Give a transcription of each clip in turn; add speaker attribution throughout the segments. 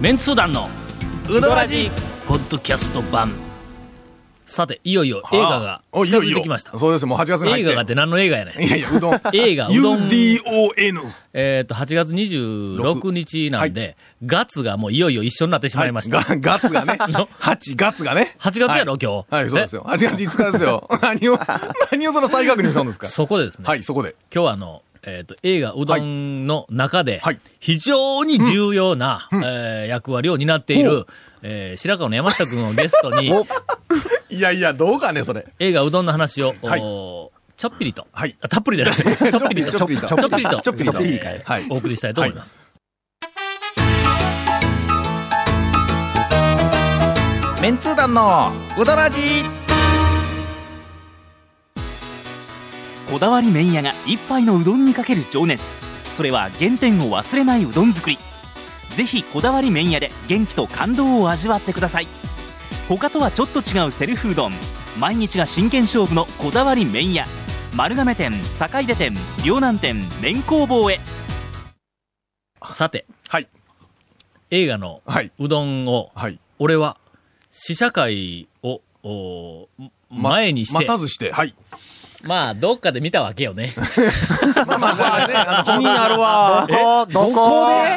Speaker 1: メンツー団の
Speaker 2: うどらじ
Speaker 1: ポッドキャスト版さていよいよ映画が
Speaker 2: おい
Speaker 1: 近
Speaker 2: よい
Speaker 1: づい
Speaker 2: よ
Speaker 1: てきました
Speaker 2: そうですよもう8月に入
Speaker 1: 映
Speaker 2: って
Speaker 1: 画がって何の映画やねん
Speaker 2: いやいやうどん
Speaker 1: 映画うどん
Speaker 2: UDON
Speaker 1: えっ、と8月26日なんで、ガッツがもういよいよ一緒になってしまいました、
Speaker 2: はいガガッツがね
Speaker 1: の
Speaker 2: 8ガッツがね
Speaker 1: 8月やろ、
Speaker 2: はい
Speaker 1: 今日
Speaker 2: はいそうですよ8月5日で すよ何を何をその再確認したんですか
Speaker 1: そこでですね、
Speaker 2: はいそこで
Speaker 1: 今日はあの、えっ、と、映画うどんの中で
Speaker 2: はい、
Speaker 1: 非常に重要な、えー役割を担ってい
Speaker 2: ほ
Speaker 1: る、えー白川の山下君をゲストに、
Speaker 2: いやいやどうかねそれ
Speaker 1: 映画うどんの話を、
Speaker 2: はい
Speaker 1: おーちょっぴりと、
Speaker 2: はい
Speaker 1: あたっぷりじゃない、ちょっぴりと、
Speaker 3: ちょっぴりと
Speaker 1: ちょっぴりと、
Speaker 3: ちょっぴりと
Speaker 1: えー
Speaker 2: はい
Speaker 1: お送りしたいと思います。
Speaker 3: メンツー団のうどらじ
Speaker 4: こだわり麺屋が一杯のうどんにかける情熱それは原点を忘れないうどん作りぜひこだわり麺屋で元気と感動を味わってください他とはちょっと違うセルフうどん毎日が真剣勝負のこだわり麺屋丸亀店坂出店両南店麺工房へ
Speaker 1: さて、
Speaker 2: はい
Speaker 1: 映画の
Speaker 2: はいう
Speaker 1: どんを、
Speaker 2: はい
Speaker 1: 俺は、試写会を、おー
Speaker 2: ま
Speaker 1: 前にして、
Speaker 2: 待
Speaker 1: ま
Speaker 2: たずし てはい
Speaker 1: あ、どっかで見たわけよね。
Speaker 2: まあまあまあねあの
Speaker 3: 気になるわどこどこ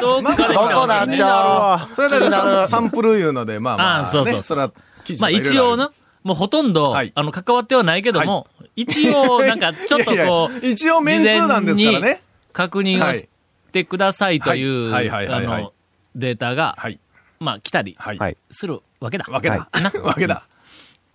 Speaker 1: どっかで見たわけ
Speaker 3: どこだっちゃ
Speaker 2: それはだからサンサンプルいうのでまあまあ
Speaker 1: あそうそうそう
Speaker 2: ねそれは記事と
Speaker 1: ま
Speaker 2: か
Speaker 1: あ
Speaker 2: いろいろ
Speaker 1: 一応な、もうほとんど、
Speaker 2: はい
Speaker 1: あの、関わってはないけども、一応、なんか、ちょっとこう、
Speaker 2: いやいや一応メンツーなんです
Speaker 1: 事
Speaker 2: から
Speaker 1: 前に
Speaker 2: ね
Speaker 1: 確認をしてくださいという、
Speaker 2: はいはいはいはいは
Speaker 1: あ
Speaker 2: い
Speaker 1: の、データが、
Speaker 2: はい
Speaker 1: まあ来たり
Speaker 2: はい、
Speaker 3: はい
Speaker 1: するわけだ。
Speaker 2: わけだ、
Speaker 1: な
Speaker 2: わけだ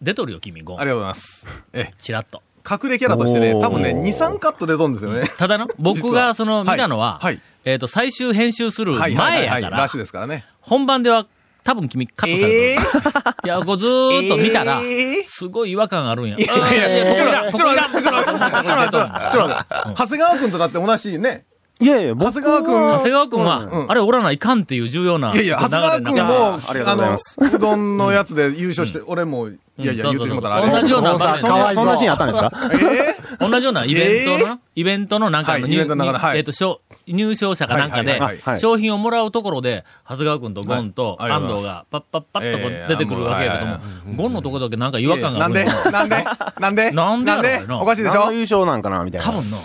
Speaker 1: 出とるよ、君、ゴ
Speaker 2: ありが
Speaker 1: ン。
Speaker 2: とうございますええ
Speaker 1: チラッと。
Speaker 2: 隠れキャラとしてね
Speaker 3: おー
Speaker 2: 多分ね23カット出とんですよ ね
Speaker 1: ただの、僕がその、見
Speaker 2: はい
Speaker 1: たのは、
Speaker 2: はい
Speaker 1: えっ、と、最終編集する
Speaker 2: はい
Speaker 1: 前や
Speaker 2: はい
Speaker 1: か
Speaker 2: はい、ら
Speaker 1: ら
Speaker 2: しい、ですからね。
Speaker 1: 本番では多分君カットされると思う。いや、こうずーっと見たら、
Speaker 2: えー
Speaker 1: すごい違和感あるんや。い
Speaker 2: いやいや、
Speaker 1: こ
Speaker 2: ちょ
Speaker 1: こい
Speaker 2: っと待
Speaker 1: ら
Speaker 2: っ
Speaker 1: ん
Speaker 2: て、ちょっと待って、ちょっと待って、ちょ っと待って、ちょっと待って長谷川君とだって同じね。
Speaker 3: ういやいや
Speaker 2: 長谷川君
Speaker 1: 長谷川君は、
Speaker 2: うん
Speaker 1: あれおらないかんっていう重要ない
Speaker 2: やいや、長谷川君も、
Speaker 3: あありがとうございます
Speaker 2: あのうどんのやつで優勝して、俺も、いやいや、言うてしもたらあれ。
Speaker 1: 同じような場
Speaker 3: そん
Speaker 1: 面
Speaker 3: な
Speaker 1: で、
Speaker 3: そんなシーンあったんですか
Speaker 2: え
Speaker 1: 同じようなイベントの、イベントのなんかの、
Speaker 2: はいイベントの中ではい
Speaker 1: えっ、と、賞入賞者かなんかで、
Speaker 2: はいはいはい
Speaker 3: はい
Speaker 1: 商品をもらうところで、長谷川君とゴンと
Speaker 2: はいあり
Speaker 1: 安
Speaker 2: がとうご
Speaker 1: 藤
Speaker 2: ざいま
Speaker 1: がパッパッパッとこう
Speaker 2: ええ
Speaker 1: 出てくるわけやけども、
Speaker 2: はい
Speaker 1: ゴンのとこだけなんか違
Speaker 2: ー
Speaker 1: 和感があ
Speaker 2: な
Speaker 1: る
Speaker 2: ん
Speaker 1: んや
Speaker 2: でなんでなんで
Speaker 1: なんでやろこ
Speaker 2: な
Speaker 1: れ
Speaker 2: んで
Speaker 1: な
Speaker 2: おかしいでし
Speaker 3: 何
Speaker 2: ょ
Speaker 3: の優勝なんかなみたいな
Speaker 1: 多分の、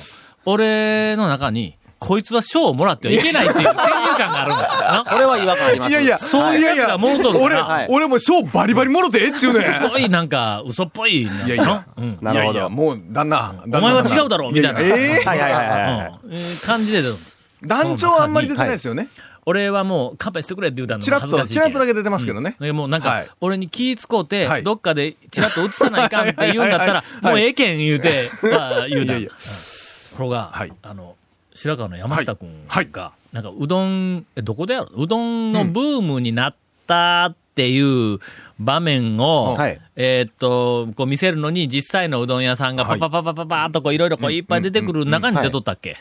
Speaker 1: 俺の中に、こいつは賞をもらってはいけないっていう先入観があるんだよな。
Speaker 3: それは違和感あります
Speaker 2: いやいや、
Speaker 1: そういうやつがもうとるか
Speaker 2: 俺
Speaker 1: ら、
Speaker 3: はい、
Speaker 2: 俺も賞バリバリもろてえっちゅうね ん。
Speaker 1: すごいなんか、嘘っぽいな。
Speaker 2: いやいや
Speaker 1: うん。
Speaker 3: なるほど
Speaker 2: いやいや、もう、旦那。旦那
Speaker 1: お前は違うだろみたいな
Speaker 2: ややえー
Speaker 3: はいはいはいはいはい、
Speaker 1: うんえー感じで出る
Speaker 2: 団長はあんまり出てないですよね。
Speaker 1: 俺はもう勘弁してくれって言うたの
Speaker 2: チ
Speaker 1: が
Speaker 2: ラッ
Speaker 1: 恥ず
Speaker 2: と、
Speaker 1: かしい
Speaker 2: チラッとだ
Speaker 1: け
Speaker 2: け出てますけどね。
Speaker 1: ど。でもうなん
Speaker 2: は
Speaker 1: か
Speaker 2: い、
Speaker 1: 俺に気使うて、
Speaker 2: はい、
Speaker 1: どっかでチラッと映さないかんって言うんだったら
Speaker 2: はい
Speaker 1: もうええけん言うて、まあ言う
Speaker 2: い
Speaker 1: た
Speaker 2: やいや。
Speaker 1: これが
Speaker 2: はい、
Speaker 1: あの、白川の山下君
Speaker 2: はい
Speaker 1: が、なんかうどん、えどこでやろうどんのブームになったっていう場面を
Speaker 3: はい、
Speaker 1: えーっと、こう見せるのに実際のうどん屋さんがパ
Speaker 2: はい
Speaker 1: パパパパパーっとこういろいろこういっぱい出てくる中に出とったっけ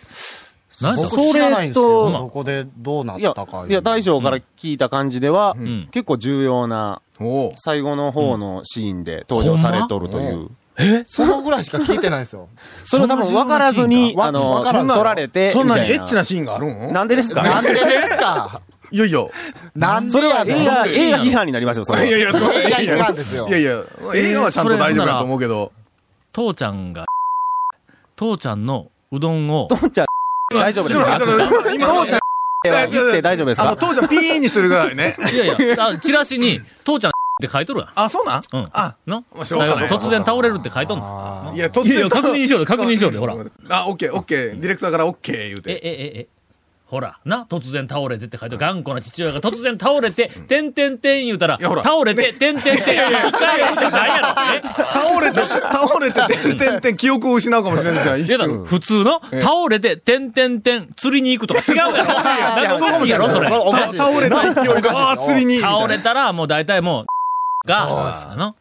Speaker 1: 何だ
Speaker 5: 僕知らないんです
Speaker 3: そ
Speaker 5: よ。
Speaker 3: れ
Speaker 1: と
Speaker 5: どこでどうなっ
Speaker 3: いや
Speaker 5: たか。
Speaker 3: いや大将から聞いた感じでは、
Speaker 1: ん
Speaker 3: 結構重要な
Speaker 2: おう
Speaker 3: 最後の方のシーンで登場されとるという、
Speaker 5: そのぐらいしか聞いてないんですよ。
Speaker 3: それを多分分からずに
Speaker 5: そんな
Speaker 3: あの
Speaker 5: 重要なシーンかわ
Speaker 3: 取られて
Speaker 2: そんなに
Speaker 3: みた
Speaker 2: エ
Speaker 3: い
Speaker 2: ッチなシーンがあるん
Speaker 3: なんでですか
Speaker 5: なんでですか
Speaker 2: いやいや。
Speaker 5: なん
Speaker 3: そ
Speaker 5: で
Speaker 3: れは
Speaker 5: やね
Speaker 3: 映
Speaker 5: ん。
Speaker 3: 画映画批判になりますよそ れはい
Speaker 2: やいや、そ
Speaker 5: 映画違うんですよ
Speaker 2: いやいや、映画はちゃんと大丈夫だと思うけど。
Speaker 1: 父ちゃんが、父ちゃんのうどんを、
Speaker 3: 大丈夫ですか
Speaker 2: ちょっと待って今の
Speaker 3: 父ちゃんって言って大丈夫です
Speaker 2: あの、
Speaker 3: か
Speaker 2: 当時はピーンにしてるぐらいね。
Speaker 1: いやいや、あチラシに、父ちゃんって書いとるわ。
Speaker 2: あ、そうなん
Speaker 1: うん
Speaker 2: あ、
Speaker 1: の
Speaker 2: まあしょうがない
Speaker 1: 突然倒れるって書いとんの。
Speaker 2: いや、突
Speaker 1: いやいや確認しようよ確認しようよほら。
Speaker 2: あ、オッケー、オッケー。ディレクターからオッケー言う
Speaker 1: え、え
Speaker 2: て。、
Speaker 1: え、え、ほら、な、突然倒れてって書いてある。頑固な父親が突然倒れて、てんてんてん言うたら、
Speaker 2: いやほら
Speaker 1: 倒れて、てんてんてん、一回やってないやろ。え
Speaker 2: 倒れて、倒れて、てんてんてん、記憶を失うかもしれないですよ、一
Speaker 1: いやだから
Speaker 2: 瞬。
Speaker 1: 普通の、倒れて、てんてんてん、釣りに行くとか違うやろ。なんかおかしいやろ、それ。
Speaker 5: おかしい
Speaker 2: 倒れた勢いが、あー釣りに。みたいな
Speaker 1: 倒れたら、もう大体もう、が、あの、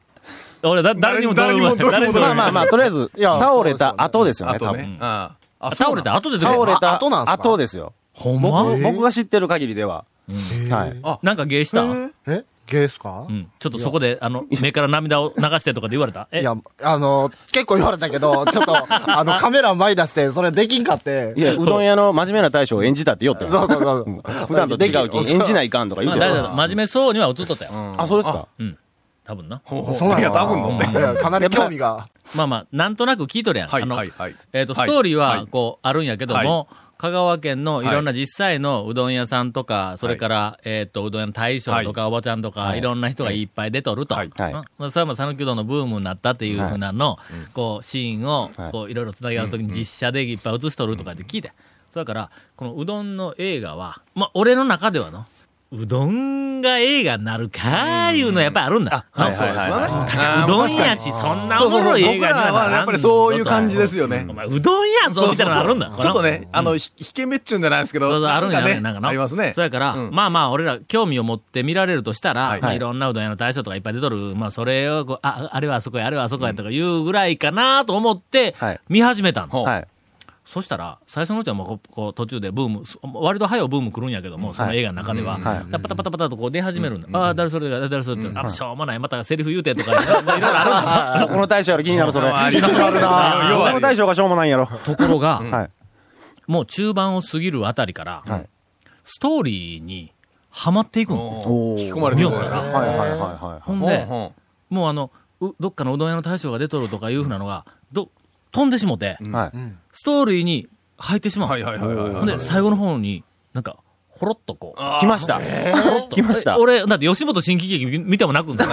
Speaker 1: 俺だ、誰にも
Speaker 2: 誰にもどういうこと
Speaker 3: まあまあまあとりあえず
Speaker 5: いや
Speaker 3: 倒れた後ですよ
Speaker 2: あ
Speaker 3: ね
Speaker 2: と
Speaker 3: 多分、
Speaker 2: ね。あーあ
Speaker 1: 倒れた後で出てく
Speaker 3: 倒
Speaker 1: る。
Speaker 3: れた
Speaker 5: あ後なんすか
Speaker 3: 後ですよ
Speaker 1: ほん
Speaker 3: 僕
Speaker 1: ま
Speaker 3: 僕が知ってる限りでは、はい
Speaker 2: あ
Speaker 1: なんか芸した
Speaker 2: え
Speaker 5: えゲーですか、
Speaker 1: うん。ちょっとそこで、あの、目から涙を流してとかで言われたえ
Speaker 5: いや、あの、結構言われたけど、ちょっと、あの、カメラ前出して、それできんかって。
Speaker 3: いや、うどん屋の真面目な大将を演じたって言おった
Speaker 5: そ
Speaker 3: よ
Speaker 5: うそうそうそう。
Speaker 3: 普段と違う
Speaker 5: で
Speaker 3: き演じないかんとか言
Speaker 1: ま
Speaker 3: う
Speaker 1: あ
Speaker 3: てた
Speaker 1: 大
Speaker 3: よ
Speaker 1: 丈夫だ。真面目そうには映っとったよ。
Speaker 3: あ、そうですか。
Speaker 1: うん。多分な。
Speaker 2: ほ
Speaker 5: きそうなの
Speaker 2: いや、多分のって。
Speaker 5: いやかなり興味が。
Speaker 1: まあまあ、なんとなく聞いとるやん。
Speaker 2: はい
Speaker 1: あの
Speaker 2: はいはい
Speaker 1: えっ、と、
Speaker 2: は
Speaker 1: ス
Speaker 2: い
Speaker 1: トーリー
Speaker 2: は、
Speaker 1: はいこう、あるんやけども、香川県のいろんな実際のうどん屋さんとか、それから、えっ、と、うどん屋の大将とか、おばちゃんとか、い、ろんな人がいっぱい出とると。
Speaker 2: はい
Speaker 3: はい
Speaker 1: うんまあ、それも讃岐うどんのブームになったっていうふうなの、こう、シーンを、
Speaker 3: はい
Speaker 1: こう、いろいろつなぎ合わせときに実写でいっぱい映しとるとかって聞いて。それから、このうどんの映画は、まあ、俺の中ではの、うどんが映画になるかーいうのはやっぱりあるんだ。
Speaker 3: はい
Speaker 1: な
Speaker 3: はいはいはい。
Speaker 1: うどんやし、そんなお
Speaker 2: そうそ
Speaker 1: も
Speaker 2: うそ
Speaker 1: ろ
Speaker 2: う。
Speaker 1: い映
Speaker 2: 僕
Speaker 1: 画に
Speaker 2: ら
Speaker 1: はなら
Speaker 2: は
Speaker 1: ん
Speaker 2: やっぱりそういう感じですよね
Speaker 1: お。前、うどんやぞみたいなのあるんだ。
Speaker 2: ちょっとね、あの、ひひけめっちゅうんじゃないですけ
Speaker 1: うん、そ
Speaker 2: ど、
Speaker 1: うそうあ
Speaker 2: な
Speaker 1: るん
Speaker 2: ん
Speaker 1: や
Speaker 2: か
Speaker 1: ね、
Speaker 2: ね
Speaker 1: なんか、な。
Speaker 2: ありますね。
Speaker 1: そうやから、
Speaker 2: うん
Speaker 1: まあまあ、俺ら興味を持って見られるとしたら、
Speaker 2: はい
Speaker 1: まあ、いろんなうどん屋の大将とかいっぱい出とる、まあ、それをこう、あ、あれはあそこや、あれはあそこやとか言うぐらいかなと思って
Speaker 3: はい、
Speaker 1: 見始めたの。
Speaker 2: ほう
Speaker 3: はい。
Speaker 1: そしたら、最初のうちはもうここう途中でブーム、す割と早うブーム来るんやけども、その映画の中では、
Speaker 3: はい
Speaker 1: パタパタパタとこう出始めるんだ。ああ、誰それだ、誰それって、あ、しょうもない、またセリフ言うてとか、 いろいろあるんだ。
Speaker 3: どこの大将やろ気になる、それ。
Speaker 2: あ
Speaker 3: 気
Speaker 2: り
Speaker 3: に
Speaker 2: が
Speaker 3: な
Speaker 2: とうよう
Speaker 3: るな。ど
Speaker 2: あ
Speaker 3: こ
Speaker 2: る
Speaker 3: の大将がしょうもないんやろ。
Speaker 1: ところが、
Speaker 3: はい。
Speaker 1: もう中盤を過ぎるあたりから、
Speaker 3: はい
Speaker 1: ストーリーにはまっていくの。
Speaker 2: おー引き込まれて
Speaker 1: 見よ
Speaker 2: る
Speaker 1: っ
Speaker 2: ね
Speaker 1: たら。
Speaker 3: はいはいはいはい。
Speaker 1: ほん
Speaker 2: ほう
Speaker 1: で、
Speaker 2: ほう
Speaker 1: もうあの、うどっかのうどん屋の大将が出とるとかいうふうなのが、ど、飛んでしもて、
Speaker 3: はい
Speaker 1: ストーリーに入ってしまう。
Speaker 2: はいはいはいはいは
Speaker 1: ほん
Speaker 2: い。
Speaker 1: で、最後の方に、なんか、ほろっとこう、
Speaker 3: 来ました。
Speaker 1: ほろっと。
Speaker 3: 来ました
Speaker 1: え俺、だって吉本新喜劇見見ても泣 くんだよ。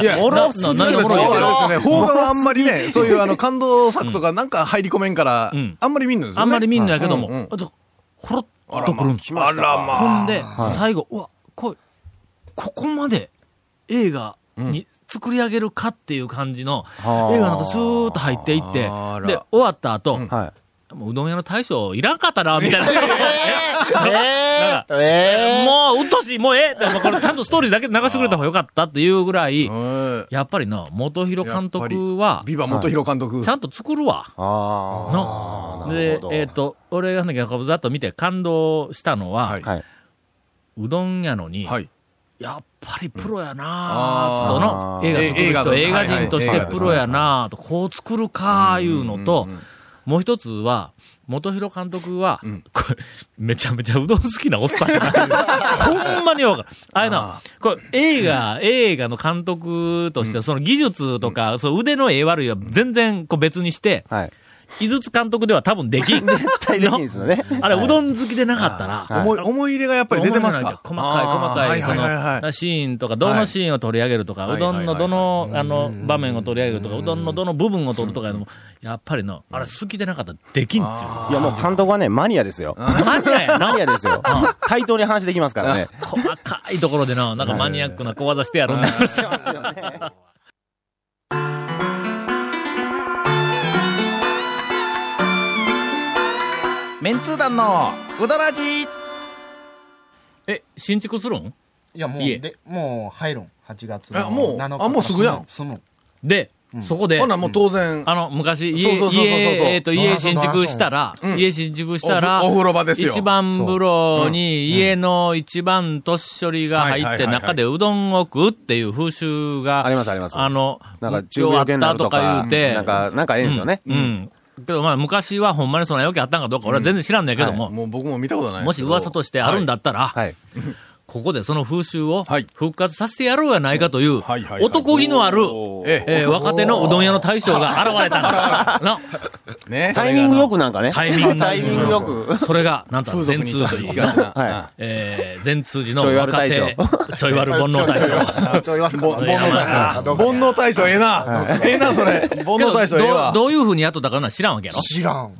Speaker 2: いや、
Speaker 1: 俺は
Speaker 2: だ
Speaker 1: 何
Speaker 2: け
Speaker 1: がおも
Speaker 2: ど
Speaker 1: ろいっ
Speaker 2: 超
Speaker 1: て
Speaker 2: あれですよね。邦画はあん まりね、そういうあの感動作とかなんか入り込めんから
Speaker 1: うん、
Speaker 2: あんまり見んのですよね。
Speaker 1: あんまり見んのやけども、
Speaker 2: うんうん
Speaker 1: あとほろっとくるんです
Speaker 2: あらま
Speaker 1: ほんで、
Speaker 3: はい
Speaker 1: 最後、うわ、こい、ここまで映画に作り上げるかっていう感じの、
Speaker 3: はあ
Speaker 1: 映画なんかスーッと入っていって
Speaker 2: あ、ら
Speaker 1: で、終わった後、
Speaker 3: は
Speaker 1: もううどん屋の大将いらんかった な、みたいな。なんか
Speaker 5: ええ
Speaker 1: もう、うっとうしい、もうええって、もうこれちゃんとストーリーだけ流してくれた方がよかったっていうぐらい、
Speaker 2: うん
Speaker 1: やっぱりな、元広監督は、
Speaker 2: ビバ元広監督。
Speaker 1: ちゃんと作るわ。
Speaker 3: い。
Speaker 1: な
Speaker 3: ああ。
Speaker 1: で、えっ、と、俺がなんかこうざっと見て感動したのは、
Speaker 2: はいう
Speaker 3: はい。
Speaker 1: うどんやのに、
Speaker 2: はい。
Speaker 1: やっぱりプロや
Speaker 2: う
Speaker 1: なあ
Speaker 2: ん
Speaker 1: つとの
Speaker 3: あ、ー
Speaker 1: 映画作る人、
Speaker 2: え
Speaker 1: 映
Speaker 2: 映画
Speaker 1: 画
Speaker 2: の
Speaker 1: 人とし
Speaker 2: はい
Speaker 1: て
Speaker 2: はい
Speaker 1: プロやなあと、こう作るかあいうのと
Speaker 2: うんうんうん、
Speaker 1: もう一つは、元広監督は、
Speaker 2: ん
Speaker 1: これ、めちゃめちゃうどん好きなおっさんやな。ほんまにわかる。あれな、これ、映画、映画の監督として、その技術とか、その腕のええ悪いは全然こう別にして、
Speaker 3: はい。
Speaker 1: 井筒監督では多分できん。絶
Speaker 3: 大 変ですよね。
Speaker 1: あれ、
Speaker 3: はいう
Speaker 1: どん好きでなかったら、
Speaker 3: はい
Speaker 2: 思い思い入れがやっぱり出てますか
Speaker 1: 細かい細かい、
Speaker 2: あーははは
Speaker 1: その、シーンとか、どのシーンを取り上げるとか、
Speaker 2: はいう
Speaker 1: どんのどの、あの
Speaker 5: う、ん
Speaker 1: 場面を取り上げるとか、うどんのどの部分を取るとかいうのも、やっぱりの、あれ好きでなかったらできんっちゅ
Speaker 3: いやもう監督はね、マニアですよ。
Speaker 1: う。マニアや
Speaker 3: マニ
Speaker 1: な。
Speaker 3: アで すよ。対等に話できますからね。
Speaker 1: 細かいところでな、なんかマニアックな小技してやるんだ。
Speaker 6: メンツー団のウドラジ
Speaker 1: え、新築するん
Speaker 5: いや、もう、
Speaker 1: いえ
Speaker 5: で、もう入るん。8月
Speaker 2: え
Speaker 5: の
Speaker 2: もう
Speaker 5: 7日
Speaker 2: あもうすぐやん
Speaker 5: すぐ。
Speaker 1: で、そこで
Speaker 2: ほ、なもう当然。
Speaker 1: あの、昔、
Speaker 2: そう
Speaker 1: 家、
Speaker 2: そうそうそうそう
Speaker 1: 家、えっと、家
Speaker 5: あそう
Speaker 1: 新
Speaker 5: だ
Speaker 1: 築したら、
Speaker 2: ん
Speaker 1: 家新築したら、
Speaker 2: おお風呂場ですよ
Speaker 1: 一番風呂に家の一番年寄りが
Speaker 2: は
Speaker 1: 入っ
Speaker 2: いはい
Speaker 1: て
Speaker 2: はいはい
Speaker 1: 中でうどんを食うっていう風習が、
Speaker 3: ありますあります
Speaker 1: あの、
Speaker 3: なんか中秒になると
Speaker 1: 終わ
Speaker 3: か、
Speaker 1: ったとか言うて、
Speaker 3: なんか、なんかええんですよね。
Speaker 1: うん。うんけどまあ昔はほんまにそんな余計あったんかどうか俺は全然知らんねんけども、
Speaker 2: もう僕も見たことない
Speaker 1: もし噂としてあるん
Speaker 2: だ。
Speaker 1: だったら、
Speaker 3: はい。
Speaker 1: ここでその風習を
Speaker 2: はい
Speaker 1: 復活させてやろうやないかという
Speaker 2: はいはいは、い
Speaker 1: 男気のある、
Speaker 3: おー
Speaker 2: ええ
Speaker 1: えー若手のうどん屋の大将が現れたんだ。な
Speaker 2: ね。
Speaker 3: タイミングよくなんかね。
Speaker 1: タイミング。
Speaker 3: タイミングよく。
Speaker 1: それが、なんと、
Speaker 2: 風
Speaker 1: 全
Speaker 2: 俗
Speaker 1: 通とい
Speaker 2: に行ったり
Speaker 1: う
Speaker 2: 気が するな。
Speaker 3: は
Speaker 1: えー、全通寺の
Speaker 3: ちょい悪
Speaker 1: 若
Speaker 3: 大
Speaker 1: 手、
Speaker 3: 将
Speaker 1: ちょい悪煩悩大将。
Speaker 5: 将。 ちょい悪
Speaker 2: ぼ
Speaker 5: か
Speaker 2: 煩
Speaker 5: った
Speaker 2: 悩大将
Speaker 1: あ
Speaker 2: 煩悩大賞ええな。ええな、それ。煩悩大賞ええ
Speaker 1: どう
Speaker 2: わ。
Speaker 1: どういうふうに雇ったかな知らんわけやろ
Speaker 5: 知らん。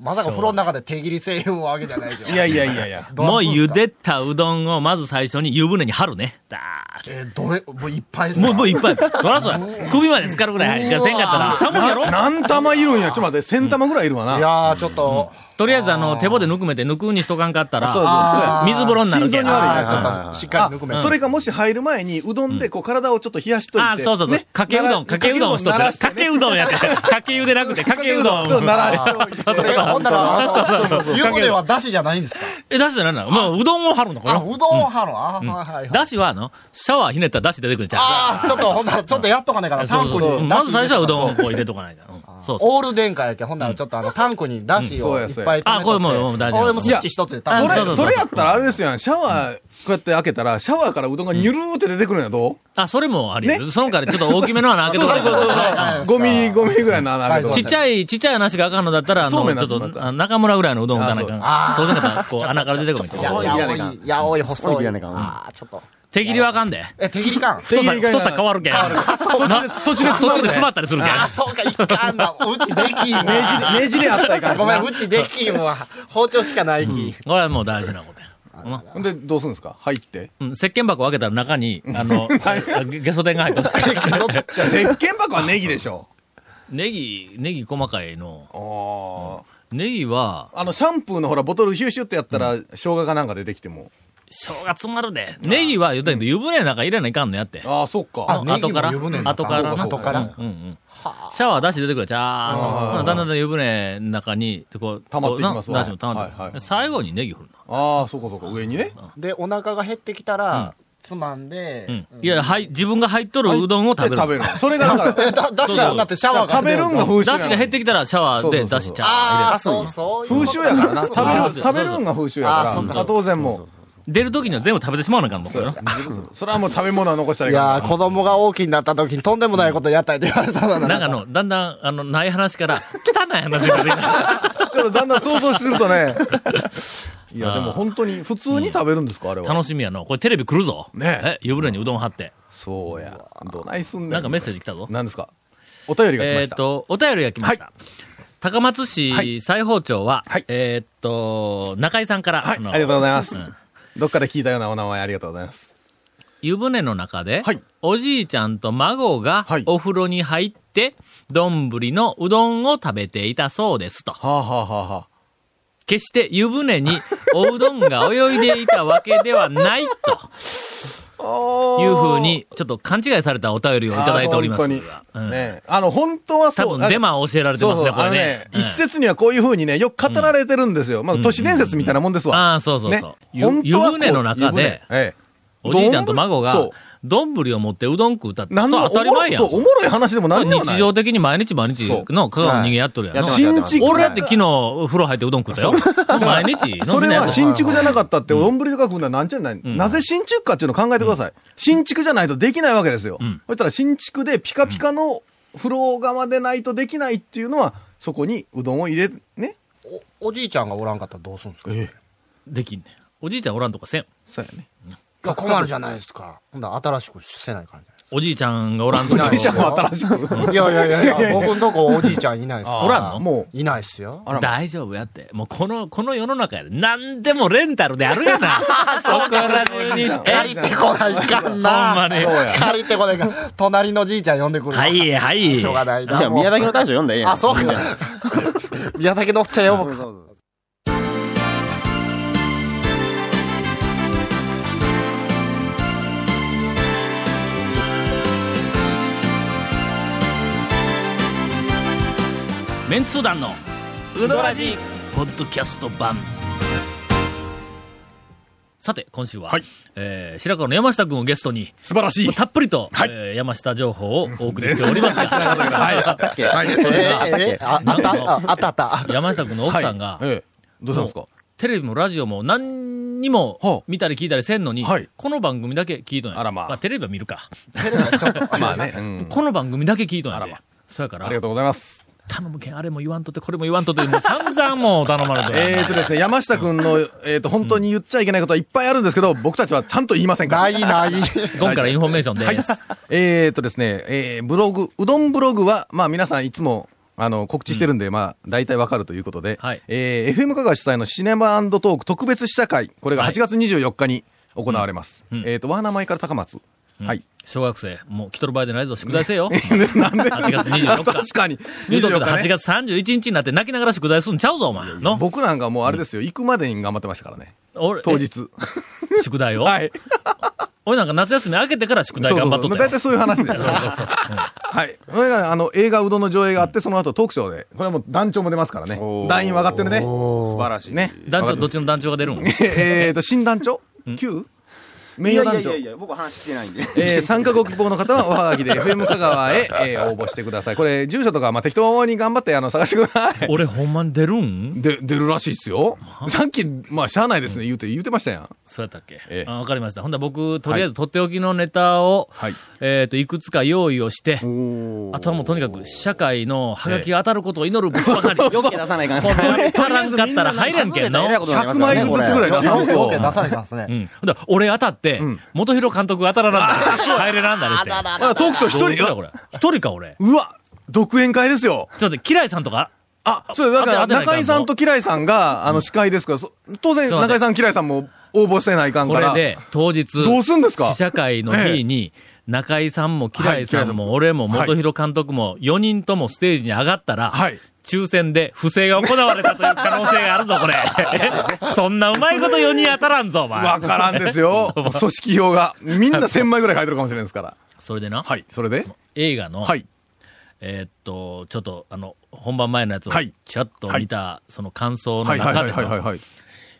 Speaker 5: まさか風呂の中で手切り声援を上げじゃないじゃん。
Speaker 2: いやいやいやいや。
Speaker 5: ど
Speaker 1: もう
Speaker 5: すんす
Speaker 1: 茹
Speaker 5: か
Speaker 1: でたうどんをまず最初に湯船に張るね。だ
Speaker 5: えーどれ、もういっぱいっ
Speaker 1: ー
Speaker 5: すか
Speaker 1: もう、もういっぱい。そらそら。首まで浸かるぐらい。じゃせんかったら、寒いやろ
Speaker 2: 何玉いるんや。ちょっと待って、千玉ぐらいいるわ
Speaker 5: い
Speaker 2: な。
Speaker 5: やー、ちょっと、
Speaker 1: とりあえず、あの、手棒でぬくめて、ぬくうにしとかんかった
Speaker 2: そう
Speaker 1: ら、
Speaker 2: そう
Speaker 5: あー
Speaker 1: 水風呂になる
Speaker 2: 心
Speaker 1: け
Speaker 2: 臓
Speaker 1: ん
Speaker 2: に悪い
Speaker 5: あ
Speaker 2: から
Speaker 5: ーちょっと
Speaker 3: はいはいはい
Speaker 5: しっかりぬくめ
Speaker 2: それかもし入る前に、うどんでこう体をちょっと冷やしといて。
Speaker 1: あ、そうそうそう
Speaker 2: ね。
Speaker 1: かけうどん、かけうどんしと
Speaker 2: な
Speaker 1: く。
Speaker 2: らして
Speaker 1: か
Speaker 2: ね
Speaker 1: けうどんやって。かけうでなくて、かけうどん。
Speaker 2: ちょっと鳴らしておいて。
Speaker 5: えほんなら、あの、湯船はだしじゃないんですか
Speaker 1: え、だしじゃないのまあ、うどんを張るのか
Speaker 5: あ、
Speaker 1: な
Speaker 5: うどん派のあ、はいはいはい。
Speaker 1: だしは、あの、シャワーひねったらだし出てくるじゃん。
Speaker 5: ああ、ちょっとほんなら、ちょっとやっとかねえから、タ
Speaker 1: そう
Speaker 5: ン
Speaker 1: そう
Speaker 5: ク
Speaker 1: そう
Speaker 5: に。
Speaker 1: まず最初はうどんを
Speaker 5: ん。
Speaker 1: こう入れとかないから。うんそうそう。
Speaker 5: オール電化やけん、ほんならちょっとあの、タンクにだしをいっぱい。
Speaker 1: あこれもうもう大丈夫
Speaker 5: 俺もスイッチ一つで
Speaker 1: いや
Speaker 5: 多分
Speaker 1: そう
Speaker 2: そ
Speaker 1: そうそう
Speaker 2: れ、それやったらあれですやん。シャワー、こうやって開けたら、シャワーからうどんがニュルーって出てくるんやど
Speaker 1: あ、それもあり得る。そのからちょっと大きめの穴開けとかない
Speaker 5: そうそうそう
Speaker 1: と。
Speaker 2: う ?5 ミリ、5ミリぐらいの穴開け
Speaker 5: は
Speaker 2: と
Speaker 1: ち
Speaker 5: い
Speaker 1: っちゃい、ちっちゃい話があかんのだったら、あ
Speaker 2: そうめ
Speaker 1: の、
Speaker 2: ん
Speaker 1: ち
Speaker 2: に
Speaker 1: ょ
Speaker 2: な
Speaker 1: っ
Speaker 2: っちまった
Speaker 1: と、あ中村ぐらいのうどん打たなきゃ
Speaker 5: あ
Speaker 1: そ
Speaker 5: そう
Speaker 1: うじゃなかったら、こう、穴から出てこ
Speaker 5: ち
Speaker 1: な
Speaker 5: ょっ
Speaker 1: い
Speaker 5: と
Speaker 1: と。
Speaker 5: ややおい、やおい、細い。ああ、ちょっと。
Speaker 1: 手切りはあかんで。
Speaker 5: え、手切りかん。
Speaker 1: 太さ、
Speaker 2: 手切りがい
Speaker 1: 太
Speaker 2: らない
Speaker 1: さ変わるけん。な途中で詰まったりするけん。
Speaker 5: あ、そうか、いかんな。うちできんわ。
Speaker 2: ねじれ、ねじれあったらいかんし
Speaker 5: ご
Speaker 2: な
Speaker 5: めん、うちできんわ。包丁しかない き。
Speaker 1: これはもう大事なことや。うん
Speaker 2: ほんで、どうするんですか入って。
Speaker 1: うん石鹸箱を開けたら中に、あの、ゲゲソ天が入ってた。
Speaker 2: じゃあ、石鹸箱はネギでしょ。
Speaker 1: ネギ、ネギ細かいの。
Speaker 2: あ
Speaker 1: ネギは、
Speaker 2: あの、シャンプーのほら、ボトルヒューシュってやったら、生姜かなんか出てきても。
Speaker 1: 生姜詰まるで。ネギは言うたけど、湯船なんか入れないかんのやって。
Speaker 2: ああ、そっ
Speaker 5: あ
Speaker 2: か。
Speaker 5: ネギ
Speaker 1: 後
Speaker 5: も
Speaker 1: から
Speaker 5: 湯船の
Speaker 1: 後から
Speaker 5: 後から
Speaker 1: うんうんうんシャワー出し出てくるじゃーんだんだんだん湯船の中にこう
Speaker 2: 溜まっていきます
Speaker 1: こう
Speaker 2: わ
Speaker 1: な出汁も溜まっていく
Speaker 2: はいはい
Speaker 1: 最後にネギ振る
Speaker 2: ああ、そっかそっか。上にね。
Speaker 5: で、お腹が減ってきたら、つまんで、
Speaker 1: の、うん、いやはい自分が入っとるうどんを食べ
Speaker 2: 食
Speaker 1: る
Speaker 2: べる。それがだから、
Speaker 5: だ、だしがなってシャワーが
Speaker 2: 食べるんが風習
Speaker 1: 出汁が減ってきたらシャワーで
Speaker 2: そうそうそう
Speaker 1: 出汁ちゃ
Speaker 5: あ
Speaker 1: ー
Speaker 5: あ、
Speaker 1: 入れ
Speaker 5: そ
Speaker 1: る
Speaker 5: う、そういうこ
Speaker 2: 風
Speaker 5: と。
Speaker 2: 習やからな。食
Speaker 1: そう
Speaker 2: べ
Speaker 1: そう
Speaker 2: る、食べるんが風習やか
Speaker 5: あ
Speaker 2: ら。
Speaker 5: そうかそうか
Speaker 2: あ当然も
Speaker 1: 出る時には全部食べてしまうのかんもん
Speaker 2: う。そうそれはもう食べ物は残したら
Speaker 5: い
Speaker 2: いか
Speaker 5: や
Speaker 2: ん
Speaker 5: ー、子供が大きになった時にとんでもないことやったりって言われた ら
Speaker 1: なんかあのだんだんあのない話から汚い話が出てき た
Speaker 2: ちょっとだんだん想像する とね。い
Speaker 1: あ
Speaker 2: や、
Speaker 1: ー
Speaker 2: でも本当に普通に食べるんですか、あれは。
Speaker 1: 楽しみやのこれテレビ来るぞ
Speaker 2: ねえ
Speaker 1: え湯船にうどん貼って
Speaker 2: そうや。どないすんねん。
Speaker 1: なんかメッセージ来たぞ
Speaker 2: 何ですかお便りが来ま
Speaker 1: えーっ
Speaker 2: し。
Speaker 1: たと、お便りが来ました。高松市裁縫町は、
Speaker 2: はい
Speaker 1: えーっと、中井さんから、あ
Speaker 2: はい、あり
Speaker 1: の
Speaker 2: がとうございます。どっかで聞いたようなお名前ありがとうございます。
Speaker 1: 湯船の中で、
Speaker 2: はい
Speaker 1: おじいちゃんと孫が
Speaker 2: はい
Speaker 1: お風呂に入って、丼のうどんを食べていたそうですと。
Speaker 2: はあ、はあはあはあ、
Speaker 1: 決して湯船 におうどんが泳いでいたわけではないと。いうふうに、ちょっと勘違いされたお便りをいただいております
Speaker 2: あー
Speaker 1: が
Speaker 2: 本。
Speaker 1: う
Speaker 2: 当
Speaker 1: ん
Speaker 2: に。ねあの、本当は
Speaker 1: 多
Speaker 2: そう。
Speaker 1: 分デマを教えられてますね、
Speaker 2: そうそう
Speaker 1: これね。
Speaker 2: あの一説にはこういうふうにね、よく語られてるんですよ。まあ、都市伝説みたいなもんですわ。
Speaker 1: ああ、そうそうそう。
Speaker 2: ね、本
Speaker 1: 湯
Speaker 2: 当はこう
Speaker 1: 船の中
Speaker 2: 湯船
Speaker 1: で、
Speaker 2: ええ
Speaker 1: おじいちゃんと孫
Speaker 2: そ
Speaker 1: が、
Speaker 2: う
Speaker 1: 丼を持ってうどん食うたって、
Speaker 2: 何の
Speaker 1: そう当たり前やん
Speaker 2: おもろいそう、おもろい話でも何でもない。
Speaker 1: 日常的に毎日毎日
Speaker 2: そう
Speaker 1: の香川の人間やっとるやんな。
Speaker 3: はい
Speaker 2: 新築
Speaker 1: 俺だって昨日風呂入ってうどん食ったよ。毎日飲んで
Speaker 2: それ
Speaker 1: ないもん
Speaker 2: は新築じゃなかったって、丼とか組んだらなんちゃない、なぜ新築かっていうのを考えてください。新築じゃないとできないわけですよ。
Speaker 1: ん
Speaker 2: そしたら新築でピカピカの風呂釜でないとできないっていうのは、そこにうどんを入れ、ね。
Speaker 5: おおじいちゃんがおらんかったらどうするんですか
Speaker 1: できんねん。おじいちゃんおらんとかせん。
Speaker 2: そうやね。
Speaker 5: いや困るじゃないですか。ほんなら新しくせない感じ
Speaker 1: おじいちゃんがおらんとか
Speaker 2: お
Speaker 5: な
Speaker 2: じ
Speaker 5: い
Speaker 2: いちゃんも新 しく。
Speaker 5: ゃない。いやいやいやいや、僕んとこおじいちゃんいないですから。
Speaker 1: おらんの
Speaker 2: もう、
Speaker 5: いないっすよ。
Speaker 2: あらま
Speaker 1: 大丈夫やって。もうこの、この世の中やで。何でもレンタルであるや な。そこら中に。
Speaker 5: 借りてこないかんな。
Speaker 1: ほんまに
Speaker 5: 借りてこないかん。隣のじいちゃん呼んでくるわ。
Speaker 1: はいはい
Speaker 5: しょうがないな。
Speaker 3: じゃあ、
Speaker 5: もう
Speaker 3: 宮崎の大将読んだらええやん。
Speaker 5: あ、そうか。宮崎のおっちゃん呼ぶか。
Speaker 1: メンツー団の
Speaker 6: うどらじ
Speaker 1: ポッドキャスト版さて今週は、
Speaker 2: はい
Speaker 1: えー白川の山下君をゲストに
Speaker 2: 素晴らしい。
Speaker 1: たっぷりと、
Speaker 2: はい
Speaker 1: えー山下情報をお送りしておりますが、はい
Speaker 3: けはい
Speaker 5: えーえーああったああったあった。
Speaker 1: 山下君の奥さんが、
Speaker 2: ええ。どうしたんですか
Speaker 1: テレビもラジオも何にも
Speaker 2: はあ
Speaker 1: 見たり聞いたりせんのに、
Speaker 2: はい
Speaker 1: この番組だけ聞いとんや
Speaker 2: あらまあ
Speaker 1: テレビは見るか、
Speaker 2: まあね、うん
Speaker 1: この番組だけ聞いとんや
Speaker 2: あら
Speaker 1: で
Speaker 2: ま
Speaker 1: そやか
Speaker 2: あ
Speaker 1: ら
Speaker 2: りがとうございます。
Speaker 1: 頼むけんあれも言わんとってこれも言わんとってもう散々もう頼まれて
Speaker 2: えーとですね、山下くんの、えーと、本当に言っちゃいけないことはいっぱいあるんですけど、僕たちはちゃんと言いませんから
Speaker 5: ない ない。
Speaker 1: 今からインフォメーションです、
Speaker 2: えー、とですね、えーブログ、うどんブログは、まあ皆さんいつも、あの、告知してるんで、まあ、大体わかるということで、
Speaker 1: はい
Speaker 2: えー FM 香川主催のシネマトーク特別試写会、これが
Speaker 1: はい
Speaker 2: 8月24日に行われます。えーと、ワーナーマイから高松。はい。
Speaker 1: 小学生、もう来とる場合じゃないぞ、宿題 せよ。8月
Speaker 2: 確
Speaker 1: 24日。
Speaker 2: かに。
Speaker 1: 言うとくけど
Speaker 2: 24
Speaker 1: 8
Speaker 2: 日ね
Speaker 1: 月31日になって泣きながら宿題するんちゃうぞ、お前。の。
Speaker 2: 僕なんかもうあれですよ、行くまでに頑張ってましたからね。
Speaker 1: 俺
Speaker 2: 当。日。
Speaker 1: え宿題を。
Speaker 2: はい。
Speaker 1: 俺なんか夏休み明けてから宿題頑張っとっ
Speaker 2: そうそうそ
Speaker 1: た
Speaker 2: う
Speaker 1: よ
Speaker 2: 大体そ ういう話です。はい。これが、あの、映画うどんの上映があって、その後トークショーで、これはもう団長も出ますからね。団員分かってるね。素晴らしい。ね。
Speaker 1: 団長、
Speaker 2: 分か
Speaker 1: ど
Speaker 2: っ
Speaker 1: っちの団長が出るん
Speaker 2: てる えーと、新団長 ?9? 名誉団長。
Speaker 3: や、僕話してないんで。
Speaker 2: えー参加ご希望の方はおはがきで FM 香川へ、えー応募してください。これ、住所とか、まあ、適当に頑張って、あの、探してください。
Speaker 1: 俺ほんまに出るん
Speaker 2: で、出るらしいですよ。さっき、まあ、しゃあないですね、言うて、言うてましたやん。
Speaker 1: そうやったっけ、
Speaker 2: ええ
Speaker 1: あわかりました。ほんだら僕、とりあえずとっておきのネタを、
Speaker 2: はい
Speaker 1: えっ、と、いくつか用意をして、あとはもうとにかく社会のハガキが当たることを祈るばかり。
Speaker 3: 余計出さないかん
Speaker 1: もう取りからんかったら入れんけんの。
Speaker 3: えらいことになりますからね
Speaker 2: 100枚
Speaker 3: これ
Speaker 2: ずつぐらい出さん と
Speaker 5: よけ出されてますね
Speaker 1: う。ん。ほんだら俺当たって、元広監督が当たらなんだりして入れなんだりして。
Speaker 2: あトークショー一人
Speaker 1: どういうことだこれ一人か俺。
Speaker 2: うわ独演会ですよ。
Speaker 1: ちょっと待って、キライさんとか
Speaker 2: あ、そうだから、
Speaker 1: 当てないかん
Speaker 2: 中井さんとキライさんが、あの、司会ですから、そ当然、
Speaker 1: そうだ
Speaker 2: 中井さん、キライさんも応募してないかん
Speaker 1: こ
Speaker 2: から。
Speaker 1: れで、当日、
Speaker 2: どうすんですか
Speaker 1: 試写会の日に、中井さんも、キライさんも、俺も、元広監督も、4人ともステージに上がったら、
Speaker 2: はい
Speaker 1: 抽選で不正が行われたという可能性があるぞ、 これ。そんなうまいこと4人当たらんぞ、お前
Speaker 2: わ。からんですよ。組織票が。みんな1000枚ぐらい書いてるかもしれないですから。
Speaker 1: それでな、
Speaker 2: はい、それで。
Speaker 1: 映画の、
Speaker 2: はい。
Speaker 1: えーっと、ちょっと、あの、本番前のやつを
Speaker 2: はい、
Speaker 1: ちらっと見た、その感想の
Speaker 2: はい、はい、
Speaker 1: 中
Speaker 2: は
Speaker 1: で
Speaker 2: い、
Speaker 1: と、
Speaker 2: はい、はい。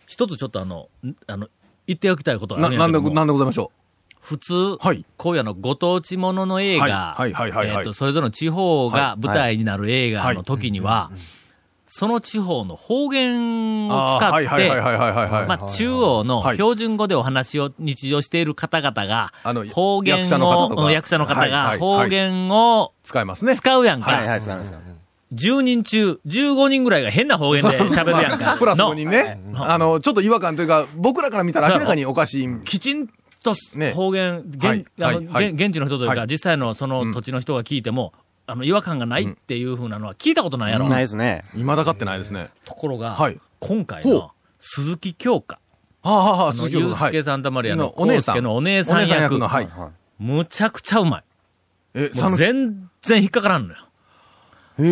Speaker 1: 一つちょっとあの、んあの、言っておきたいことがあ
Speaker 2: な、
Speaker 1: るんや
Speaker 2: な
Speaker 1: け
Speaker 2: んで、
Speaker 1: ども
Speaker 2: なんでございましょ
Speaker 1: 普通、
Speaker 2: はい
Speaker 1: 今夜のご当地ものの映画、
Speaker 2: はいはいはいはいはい
Speaker 1: えっと、それぞれの地方が舞台になる映画の時には、その地方の方言
Speaker 2: う。
Speaker 1: を
Speaker 2: あー
Speaker 1: 使
Speaker 2: はい、
Speaker 1: っ
Speaker 2: はい、はい、はい、
Speaker 1: て、
Speaker 2: はい、はい。
Speaker 1: まあ、中央の
Speaker 2: はい
Speaker 1: 標準語でお話を日常している方々が
Speaker 2: あの、
Speaker 1: 方言を、
Speaker 2: 役者の方とか
Speaker 1: うん役者の方
Speaker 2: はい
Speaker 1: が
Speaker 2: はい
Speaker 1: 方言を
Speaker 2: 使いますね。
Speaker 1: 使うやんか。
Speaker 3: はい、はい、使いますよ。
Speaker 1: 10人中15人ぐらいが変な方言で喋るやんか。
Speaker 2: プラス
Speaker 1: の
Speaker 2: 5人ね。あの、ちょっと違和感というか、僕らから見たら明らかにおかしい。
Speaker 1: きちんと
Speaker 2: ね
Speaker 1: 方言、現
Speaker 2: はい
Speaker 1: あの
Speaker 2: はいはい
Speaker 1: 現現地の人というか、
Speaker 2: はい
Speaker 1: 実際のその土地の人が聞いても、あの違和感がないっていうふうなのは聞いたことないやろ、
Speaker 3: ないです ね。
Speaker 2: 未だかってないですね。
Speaker 1: ところが、
Speaker 2: はい
Speaker 1: 今回
Speaker 2: ほう
Speaker 1: の鈴木京香、
Speaker 2: はあ、はあはあ、
Speaker 1: あの
Speaker 2: 鈴木
Speaker 1: ユ
Speaker 2: 京
Speaker 1: ー
Speaker 2: 香さ
Speaker 1: ス
Speaker 2: んはい
Speaker 1: ケ・サンタマリアの
Speaker 2: のお姉
Speaker 1: 康
Speaker 2: さん
Speaker 1: 介のお姉さん
Speaker 2: お姉さん
Speaker 1: 役
Speaker 2: 役のはい
Speaker 1: むちゃくちゃうま
Speaker 2: え、
Speaker 1: い。もう
Speaker 2: 讃岐
Speaker 1: 全然引っかからんのよ。そん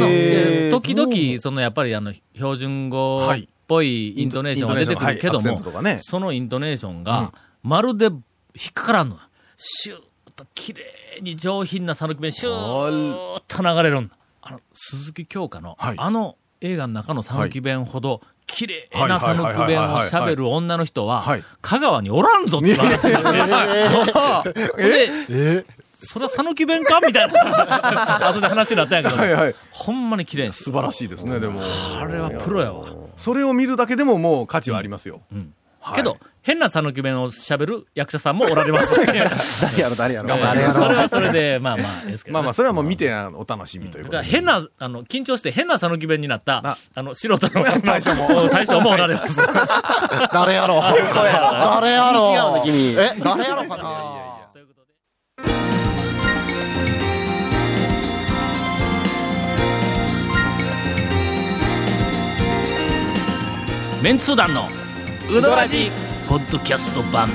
Speaker 1: なで時々、そのやっぱりあの標準語
Speaker 2: は
Speaker 1: っ
Speaker 2: い
Speaker 1: ぽいイントネーションが出てくるけど
Speaker 2: イントネーションはいアクセ
Speaker 1: も
Speaker 2: ントとか、ね
Speaker 1: そのイントネーションが、まるで引っかからんのよ。シューッと綺麗に上品な讃岐弁、シューッと流れるんだあの、鈴木京香の、
Speaker 2: はい
Speaker 1: あの映画の中の讃岐弁ほど、綺麗な
Speaker 2: はい
Speaker 1: 讃
Speaker 2: はい
Speaker 1: 岐
Speaker 2: はいはい
Speaker 1: 弁
Speaker 2: はい
Speaker 1: を
Speaker 2: はい
Speaker 1: 喋る女の人は
Speaker 2: はい、
Speaker 1: 香川におらんぞっていう話になってで、それは讃岐弁かみたいな、 後で話になったんやけど、
Speaker 2: はいはい
Speaker 1: ほんまに綺麗に
Speaker 2: 素晴らしいですね、でも。
Speaker 1: あれはプロやわ。
Speaker 2: それを見るだけでももう価値はありますよ。はい
Speaker 1: けど、変な讃岐弁を喋る役者さんもおられ ます。それ
Speaker 3: 誰やろ、誰やろ。
Speaker 5: あれやろ
Speaker 1: はそれで、まあまあですけどね、
Speaker 2: まあまあ、それはもう見てあのお楽しみという
Speaker 1: だか
Speaker 2: こと
Speaker 1: ら
Speaker 2: で。
Speaker 1: 変な、あの、緊張して変な讃岐弁になった、あ
Speaker 2: あ
Speaker 1: の、素人の
Speaker 2: 大 将も
Speaker 1: 大将もおられ ます。
Speaker 5: 誰やろう誰やろう
Speaker 3: 君
Speaker 5: え、誰やろうかな
Speaker 1: ということでメンツー団の
Speaker 6: ウドラジ
Speaker 1: ポッドキャスト版